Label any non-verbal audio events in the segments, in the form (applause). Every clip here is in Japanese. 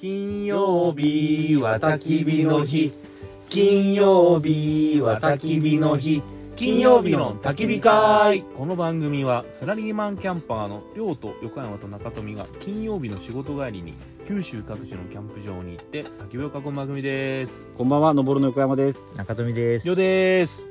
金曜日は焚き火の日金曜日は焚き火の日金曜日の焚き火会この番組はサラリーマンキャンパーの亮と横山と中富が金曜日の仕事帰りに九州各地のキャンプ場に行って焚き火を囲む番組ですこんばんは、のぼるの横山です。中富です。よです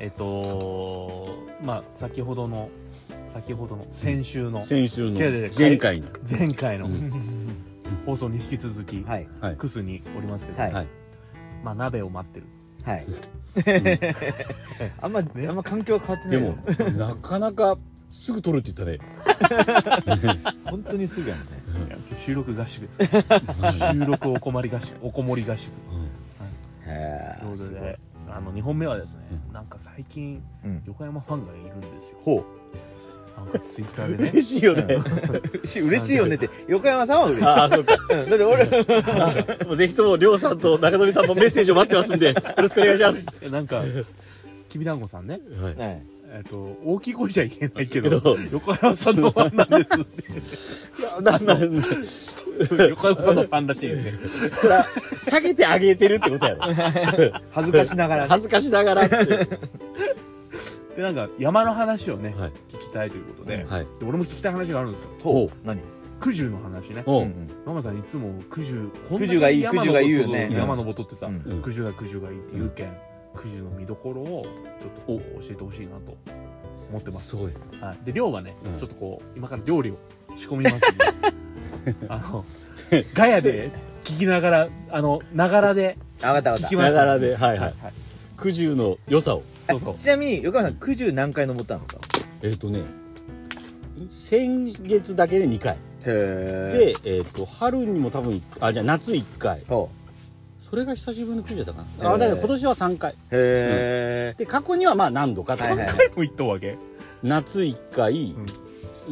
えっとまあ先ほどの先ほどの先週の先週の違う違う違う前回の。前回のうん放送に引き続き、はい。はい。クスにおりますけど、はいはい。まあ鍋を待ってるはい。あんま、あんま環境は変わってでないもよ。、なかなかすぐ撮るって言ったね。本当にすぐやもんね。いや今日収録合宿です (laughs) 収録お困り合宿おこもり合宿へということすごいで。あの2本目はですね、なんか最近うん。横山ファンがいるんですよほなんかツイッターでね (laughs) 嬉しいよね。う。し嬉しいよねって、横山さんは嬉しい。ああ、そうか。うんだって俺、もうぜひとも、りょうさんと中富さんもメッセージを待ってますんで、よろしくお願いします。えなんかきびだんごさんね、はい。はい。えっと大きい声じゃ言えないけどけど横山さんのファンなんですっいや、なんなん、て横山さんのファンらしいよねそら、下げてあげてるってことやろ。 (laughs) 恥ずかしながらね。恥ずかしながらって。でなんか山の話をね、はい聞きたいということで,、うんはい。で俺も聞きたい話があるんですよほ何九十の話ねおううんママさんいつも九十こん九十がいい山登九十がいいよねそうそう山登っとってさ、うんうん九十が九十がいいって言うけん、九十の見どころをちょっとこう教えてほしいなと思ってます、すごいですね。はい、で量はね、うんちょっとこう今から料理を仕込みま (laughs) すんであのガヤで聞きながらあのながらであ、わかったわかっ聞きた。まなすがらで、はいはいはい。九十の良さを。そうそうちなみに、横山さん、九十何回登ったんですかえっとね、先月だけで2回。へで、えっ、と、春にも多分一、あ、じゃあ夏1回。ほそれが久しぶりの九十だったかへな。ーあ、だから今年は3回。う。へで、過去にはまあ何度かとはいはい何回も行っとうわけ夏1回、んうん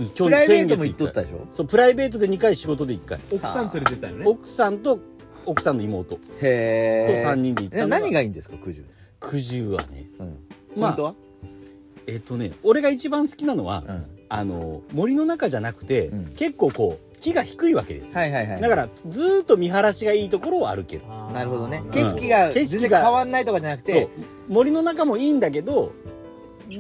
ー。去プライベートも行っとった先月一回でしょそう、プライベートで2回、仕事で1回。奥さん連れてったよね奥さんと奥さんの妹とへー。 3人で行ったえのが。何がいいんですか、九十。九十はね、うん。まあ本当はえっ、とね、俺が一番好きなのは、うん。あの、森の中じゃなくて、うん結構こう、木が低いわけですよ。はいはいはい。だから、ずーっと見晴らしがいいところを歩ける。あーなるほどねな景るほ色がうん全然変わんないとかじゃなくそうて森の中もいいんだけど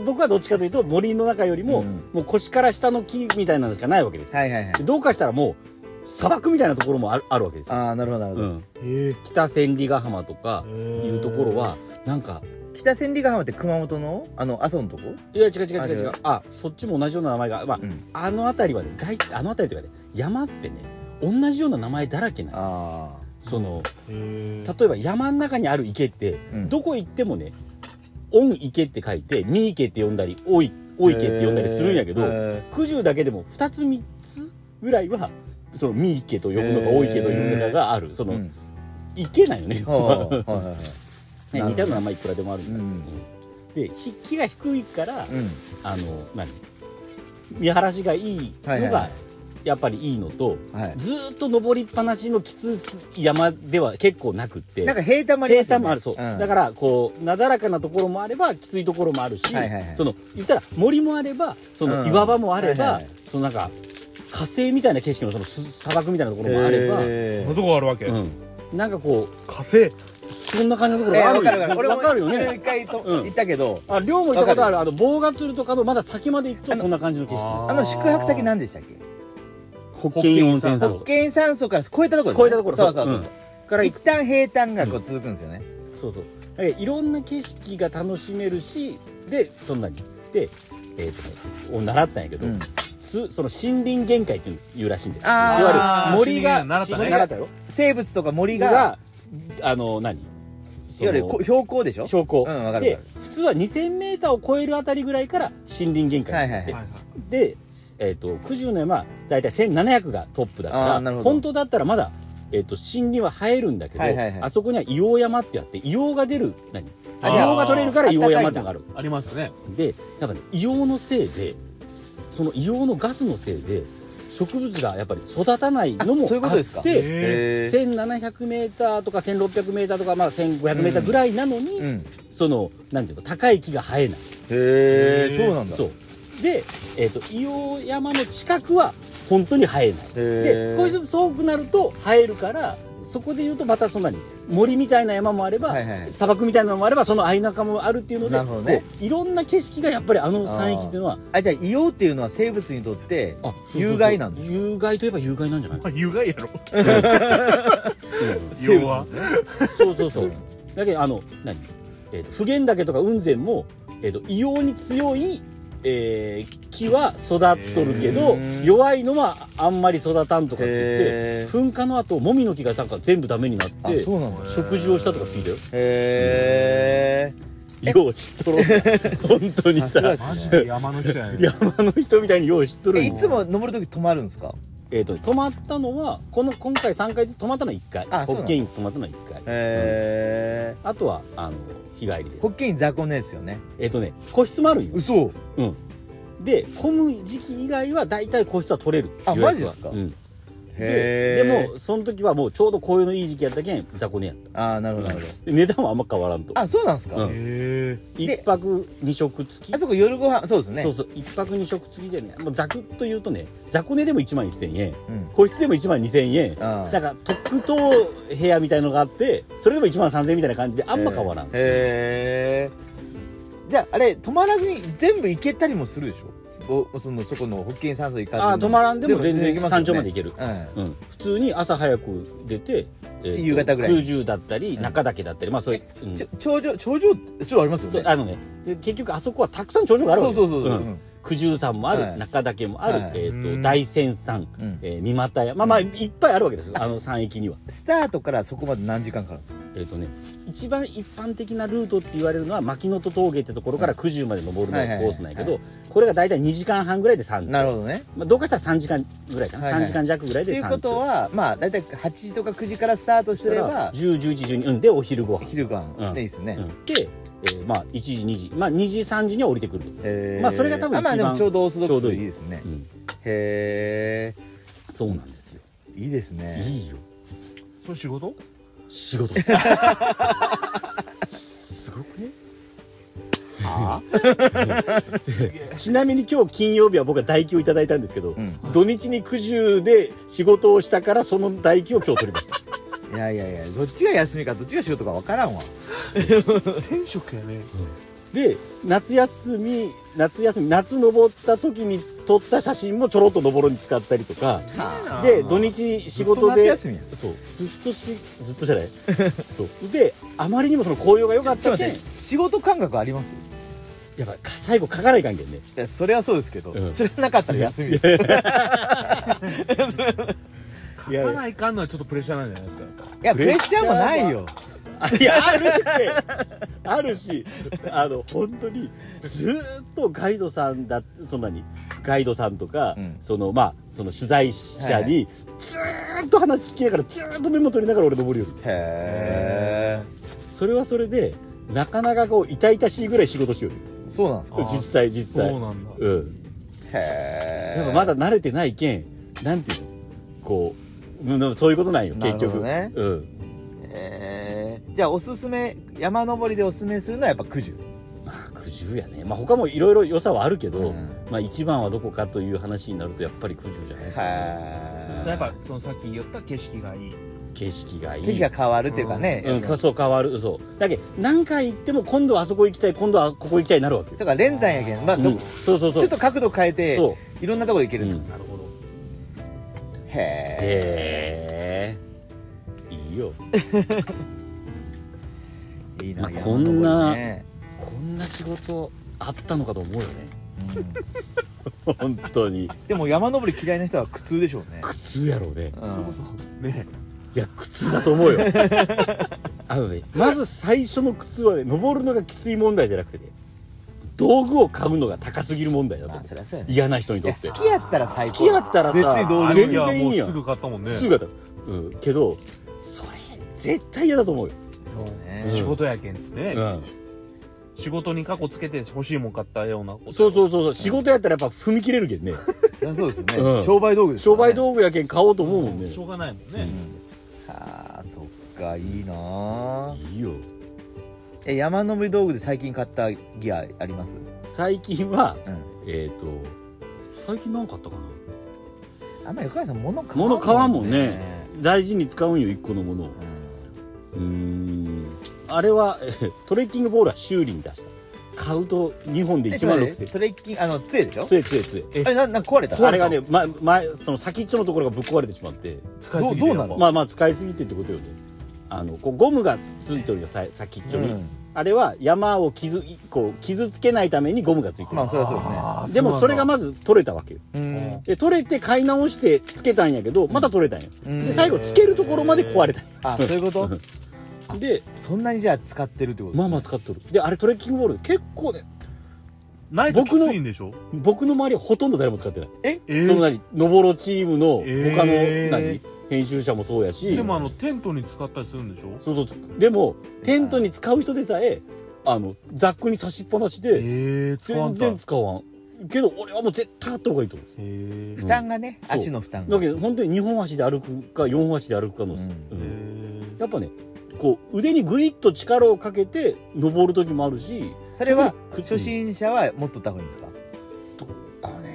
僕はどっちかというと森の中よりも、うんもう腰から下の木みたいなのしかないわけです、はいはいはいでどうかしたらもう砂漠みたいなところもあるあるわけですよ、ああなるほどなるほうど、ん、えー北千里ヶ浜とかいいうところはなんか北千里ヶ浜って熊本のあの阿蘇のとこいや違う違う違う違あうるあそっちも同じような名前が、まあうんあの辺りはね外あの辺りというかね山ってね同じような名前だらけなのあそのえ例えば山の中にある池って、うんどこ行ってもね「御池」って書いて「三池」って呼んだり「おいお池」って呼んだりするんやけど、え九十だけでも2つ3つぐらいはその「三池」と呼ぶのか「お池」と呼ぶのかがあるそーうのん「池」なんよね,、 (laughs) はあはいはいはいねなるほど似たような名前いくらでもあるんだうんけど、で筆記が低いかうら、んあの何見晴らしがいいはいのはいはがいやっぱりいいのと、はいずーっと登りっぱなしのきつい山では結構なくってなんか平坦もあり平ますよ坦ねもあるそう、んだからこうなだらかなところもあればきついところもあるし、はいはいはいその言ったら森もあればそのうん岩場もあれば、はいはいはいそのなんか火星みたいな景色のそのす砂漠みたいなところもあれば、へそんなーとこあるわけ、うん、なんかこう火星そんな感じのとこえろがあーるわかるわかる俺もわかるよそれ一ね回とうん行ったけどあ寮も行ったことあるわあの棒がつるとかのまだ先まで行くとそんな感じの景色あの宿泊先何でしたっけホッケン温泉そう山北見山荘から越えたところ越えたところそうそうそうそそうから一旦平坦がこう続くんですよねそうそうだからいろんな景色が楽しめるしでそんなにでえー、とを習ったんやけど、うんつその森林限界っていうらしいんだよあーいわゆる森が森林限界習ったね森が習ったよ生物とか森森ががあの何いわいわゆるこ標高でしょ標う高、んわかるわでか普通は 2000m を超えるあたりぐらいから森林限界はいはいはいではいはいで、えー、と九十の山大体1700がトップだかあーなるらほど本当だったらまだ、えー、と森林は生えるんだけど、はいはいはいあそこには硫黄山ってあって硫黄が出る何あ硫黄が取れるから硫黄山ってのがあるありますねでやっぱね硫黄のせいでその硫黄のガスのせいで植物がやっぱり育たないのもああそっうていうことですかへへー 1700m とか 1600m とか、まあ、1500m ぐらいなのに、うんそのなんていうの高い木が生えなへいえそうなんだそうで、えっと硫黄山の近くは本当に生えないで少しずつ遠くなると生えるからそこで言うとまたそんなに森みたいな山もあれば、はいはいはい砂漠みたいなのもあればその相中もあるっていうのでなるほどねこういろんな景色がやっぱりあの山域っていうのはあじゃあ硫黄っていうのは生物にとってあ有害なんですか有害といえば有害なんじゃないまあ、有害やろ。生物は。そうそ (laughs) うそうだけどあの何、えーと普賢岳とか雲仙も、えーと硫黄に強い、えー木は育っとるけどへー弱いのはあんまり育たんとかって言へってー噴火の後もみの木がなんか全部ダメになっあてそうなんだ食事をしたとか聞いたよへよう知っとろう本当にさすがさっマジで山の人やね。山の人みたいによう知っとえるんえよいつも登る時止まるんですかえっ、と泊まったのはこの今回3回で泊まったのは1回あそうなホんだッケイン泊まったのは1回へあとはあの日帰りでえすホッケイン雑魚ねですよねえっ、とね個室もあるんよ嘘で混む時期以外は大体個室は取れるあ予約はマジっすかうん、でへえでもその時はもうちょうど紅葉のいい時期やったけん雑魚寝やったああなるほどなるほどで値段はあんま変わらんとあそうなんですか、うんへ一泊二食付きあそこ夜ご飯そうですねそうそう一泊二食付きでねもうざくっと言うとね雑魚寝でも1万1000円うん個室でも1万2000円あなんか特等部屋みたいのがあってそれでも1万3000円みたいな感じであんま変わらん、へえじゃああれ止まらずに全部行けたりもするでしょおそのそこの保険酸素行かずにあー止まらんでも全行然けすよ山ね頂まで行ける、うんうん、普通に朝早く出て、えーと夕方ぐらい空中だったり中岳だったり、まあそういう、うんちょ頂上頂上って頂上ありますよそうねあのねで結局あそこはたくさん頂上があるわそけうそうそうそう、ん九十山もある、はい中岳もある、はいえっ、うんと大仙山、うんえー三股屋まあまあ、いっぱいあるわけですよあの山域にはスタートからそこまで何時間かかるんですよえっ、とね一番一般的なルートって言われるのは牧野戸峠ってところから九十まで登るのはいがはいコースなんやけど、はこれが大体2時間半ぐらいで山頂なるほどねまあ、どうかしたら3時間ぐらいかな、はいはい3時間弱ぐらいといでう山こ頂とはまあ大体8時とか9時からスタートすそれれはば10、11、12、うん、でお昼ご飯、昼ご飯、うんでいいですね、うん、で、えーまあ1時、2時、まあ2時、3時には降りてくると、へーまあそれが多分あまあで一も番ちょうどオーソドックスちょうどでいいいいですねうん、へそうなんですよ、えいいですねいいよそれ仕事仕事 (laughs) っすすごくねはあちなみに今日金曜日は僕は代休いただいたんですけど、ん土日に九十で仕事をしたからその代休を今日取りましたいやいやいやどっちが休みかどっちが仕事か分からんわ転職やね。で夏休み夏休み夏登った時に撮った写真もちょろっと登るに使ったりとかはあーで土日仕ず事っと夏で休みやんそうずっとしずっとじゃない (laughs) そうであまりにもその紅葉が良かあっちょたっと待けってん仕事感覚ありますやっぱ最後書かないかんけんねいやそれはそうですけど、うんそれなかったら休みですい書いやかないかんのはちょっとプレッシャーなんじゃないですか。やプレッシャーも (laughs) ないよあいやあるってあるしあの本当にずーっとガイドさんだそんなにガイドさんとか、うんそのまあその取材者はいはにずーっと話聞きながらずーっとメモ取りながら俺登るよへそれはそれでなかなかこう痛々しいぐらい仕事しよるえそうなんですかあー実際実際そうなんだうんへえやっぱまだ慣れてないけんなんていうのこううんそういうことなんよなる結ほど局ねうんへえじゃあおすすめ山登りでおすすめするのはやっぱ九十まあ苦渋やねまあ他もいろいろ良さはあるけど、うんまあ一番はどこかという話になるとやっぱり苦渋じゃないですか、それやっへぱそのさっき言った景色がいい。景色がいえい景色が変わるっていうかね、うん、そかそう変わるそうだけど何回行っても今度はあそこ行きたい今度はここ行きたいになるわけようか連山やけん、まあどうんそうそうちそうょっと角度変えてそいろんなとこ行ける、うんなるほど。へえへえいいよいいまな、あ山こん登なりねこんな仕事あったのかと思うよね本当にでも山登り嫌いな人は苦痛でしょうね、苦痛やろうねうんそれこそね。いや苦痛だと思うよ (laughs) あのねまず最初の苦痛はね登るのがきつい問題じゃなくてね道具を買うのが高すぎる問題だとまあ思そうりゃそうやね嫌な人にいとっやて好きやったら最好高きやったらさ別にどうあでれ全いや然いいもんうやすぐ買ったもんね。すぐだったうんけどそれ絶対嫌だと思うよそうね仕事やけんっつってね。うん仕事に過去つけて欲しいもん買ったようなことそうそうそうそう仕事やったらやっぱ踏み切れるけんねそりゃそうですよね、うん商売道具です商からね売道具やけん買おうと思うもんねしょうがないもんね、あーそっかいいなあいいよえ山登り道具で最近買ったギアあります最近は、うえっ、と最近何買ったかなあんまり横山さん物買物買わんもんね大事に使うんよ一個のものをうーんあれは (laughs) えートレッキングボールは修理に出した買うと2本でえ1万ちょっと6000待ってトレッキングあの杖でしょつえつえつあれななんか壊れたえあれがね、ま、前その先っちょのところがぶっ壊れてしまって使いすぎどてやうなっんでぱすまあまあ使いすぎてってことよねあのこうゴムがついてるよさ先っちょに、うんあれは山を傷こう傷つけないためにゴムがついてる、まあそれはそうねあーでもそれがうまず取れたわけようんで取れて買い直してつけたんやけどまた取れたんや、うんで最後つけるところまで壊れたんやあそういうことでそんなにじゃあ使ってるってことまあまあ使っとるであれトレッキングボール結構ねなんだないときついんでしょ僕の周りはほとんど誰も使ってない、えーその何のぼろチームの他の何、えー編集者もそうやしでもあのテントに使ったりするんでしょそうそうでもテントに使う人でさえあのザックに差しっぱなしでええ使わ全んた然使わんけど俺はもう絶対あった方がいいと思うえ負担がねそう足の負担だがけど本当に2本足で歩くか4本足で歩くかの、うんうんえやっぱねこう腕にグイッと力をかけて登る時もあるしそれはうん初心者は持っとった方がいいんですか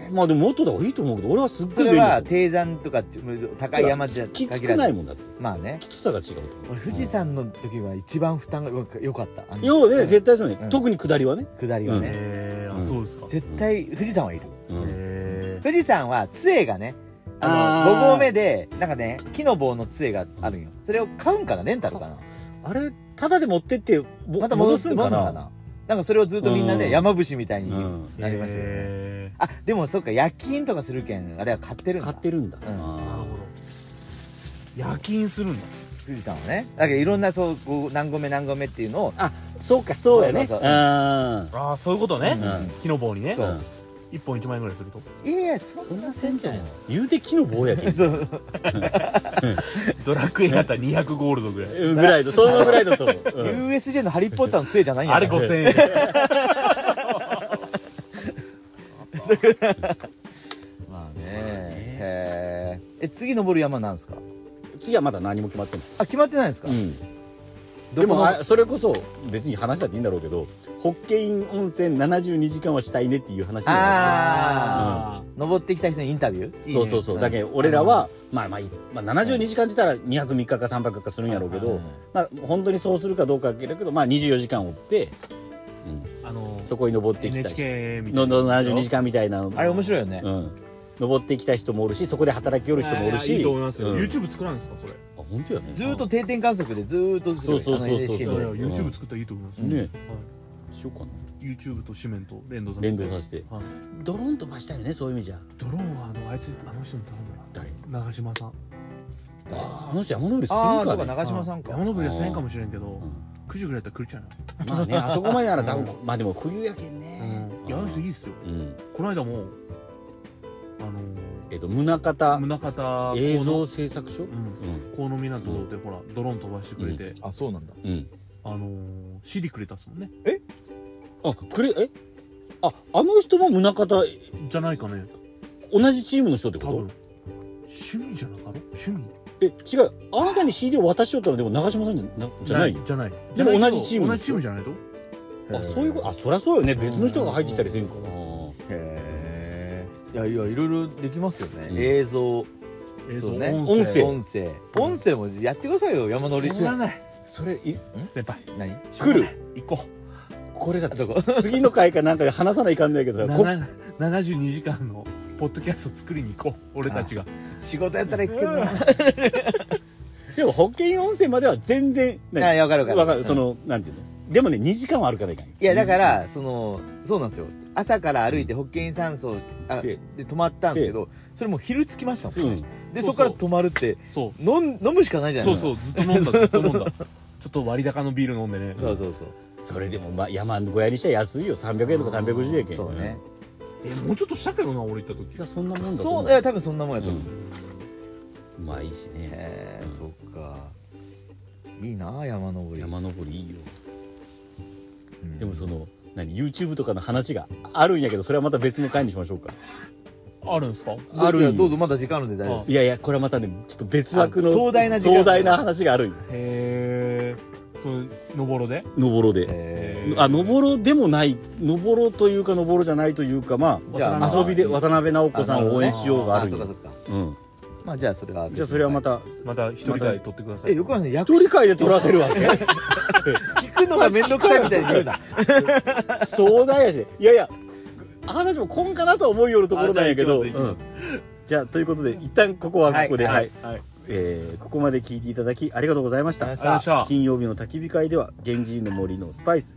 まあでも持っとた方がいいと思うけど俺はすっごいそ便れ利はだと低山とかち高い山じゃ思うきつ限くらなないいもんだってまあねきつさが違うと思う俺富士山の時は一番負担が良かったあの要はね絶対そうね、うん特に下りはね、下りはねえうあんそうですか絶対富士山はいるえ富士山は杖がねああーの5合目でなんかね木の棒の杖があるんよそれを買うんかなレンタルかなあれただで持ってってぼまた戻すん戻かすんななんかそれをずっとみんなうねん山伏みたいにうんなりましたよねえあでもそっか夜勤とかするけんあれは買ってるんだ買ってるんだ、うんーなるあほど夜勤するんだ富士山はねだけどいろんなそうこう何合目何合目っていうのをーあそうかそうやねそうそうそうあああそういうことねう木の棒にねそう一本一万円ぐらいするといやいやそーそんんななせせんんじじゃゃんんよ言うて木の棒 (laughs) やけんそうドラクエやったら200ゴールドぐらいぐらいのそのぐらい (laughs) だと思う、うん USJ の「ハリー・ポッター」の杖じゃないんやあれ5000円まあねへーえ次登る山なんですか次はまだ何も決まってないあ決まってないんですか、でどこものあそれこそ別に話したっていいんだろうけどホッケイン温泉72時間はしたいねっていう話になるああ、登ってきた人にインタビューいいねそうそうそう、んだけど俺らは、まあまあ、いまあ、72時間って言ったら2泊3日か3泊かするんやろうけど、うんまあ本当にそうするかどうかだけど、まあ、24時間追って、あのうん、そこに登ってきた人 NHK みたのいなの72時間みたいなのあれ面白いよね、うん、登ってきた人もおるしそこで働きよる人もおるしいいと思いますようん YouTube 作らんですかそれあ本当やねずーっと定点観測でずーっとするそうそあのうそうそう NHK いのやいいやや YouTube 作ったらいいと思いますねはいしようかな YouTube と紙面と連動させて連動させてはいドローン飛ばしたいねそういう意味じゃドローンはあのあいつあの人に頼んだ誰な長嶋さんああの人山登りするああかとからね長嶋さんか山登りはせんかもしれんけどん9時ぐらいやったら来るちゃうまあねあそこまでなら多分まあでも冬やけんねな、いやあの人いいっすようんこの間もあのえっと宗像宗方映像制作所うんうん河野港でほらドローン飛ばしてくれてあそうなんだうんあのー CD くれたっすもんねあくれえああの人も宗像じゃないかね同じチームの人ってこ多分と趣味じゃなかろ趣味え違うあなたに CD を渡しよったのでも長嶋さんじゃなじゃないじゃないでもじゃないけど同じチーム同じチームじゃないとあそういうことあそりゃそうよね別の人が入ってきたりせんかなへえいやいやいろいろできますよね、うん映像映像そうね音声音声音声もやってくださいよ山乗り知らないそれい先輩何来る行ここれがどこ次の回かなんかで話さないかんないけうどさこな72時間のポッドキャスト作りに行こう俺たちが仕事やったら行くけどなでも保険温泉までは全然あいやわかるわかるわかるそのなんていうのでもね2時間は歩かないかんいやだからそのそうなんですよ朝から歩いてホッケイン山荘あでで泊まったんですけどそれもう昼着きましたもんね、でそそうそうこから泊まるってそう飲ん飲むしかないじゃなそいうそうずっと飲んだずっと飲んだちょっと割高のビール飲んでねそうそうそうそれでもまあ山小屋にしたら安いよ300円とか350円けんそうね、えもうちょっとしたけどな俺行った時いやそんなもんだとそ思ういや多分そんなもんやと思う、うまあいいしねへえそっかいいな山登り山登りいいようんでもその何 YouTube とかの話があるんやけどそれはまた別の回にしましょうかあるんですかどあるんよいやどうぞまだ時間あるんで大丈夫ですいやいやこれはまたねちょっと別枠のあ壮大な時間壮大な話があるんよへえそののぼろでのぼろで。えあ、のぼろでもない、のぼろというか、のぼろじゃないというか、まじゃあ、あ遊びでまあ渡辺直子さんを応援しようがああるそんうよかそうかうん。まあじゃあそれはじゃあ、それはまた、また一人で撮ってくださいえ横山さん役一人会で撮らせるわけ聞くのがめんどくさいみたいに言うな壮大やし。いやいや、話もこんかなとは思いよるところなんやけど。あじゃあ行きます行きうんじゃあ、ということで、一旦ここはここで、はいはい。はいえーここまで聞いていただきありがとうございましたありがとうございました金曜日の焚き火会では「源氏の森のスパイス」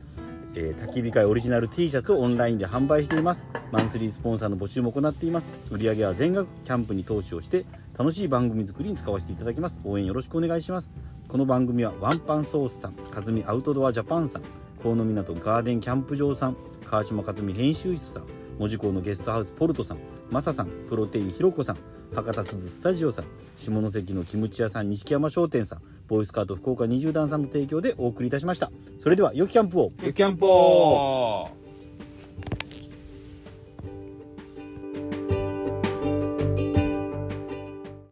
えー焚き火会オリジナル T シャツをオンラインで販売していますマンスリースポンサーの募集も行っています売り上げは全額キャンプに投資をして楽しい番組作りに使わせていただきます応援よろしくお願いしますこの番組はワンパンソースさんかずみアウトドアジャパンさん河野港ガーデンキャンプ場さん川島和美編集室さん門司港のゲストハウスポルトさんマサさんプロテインひろこさん博多鈴スタジオさん下関のキムチ屋さん錦山商店さんボーイスカート福岡二十段さんの提供でお送りいたしましたそれでは良きキャンプをキャンプおー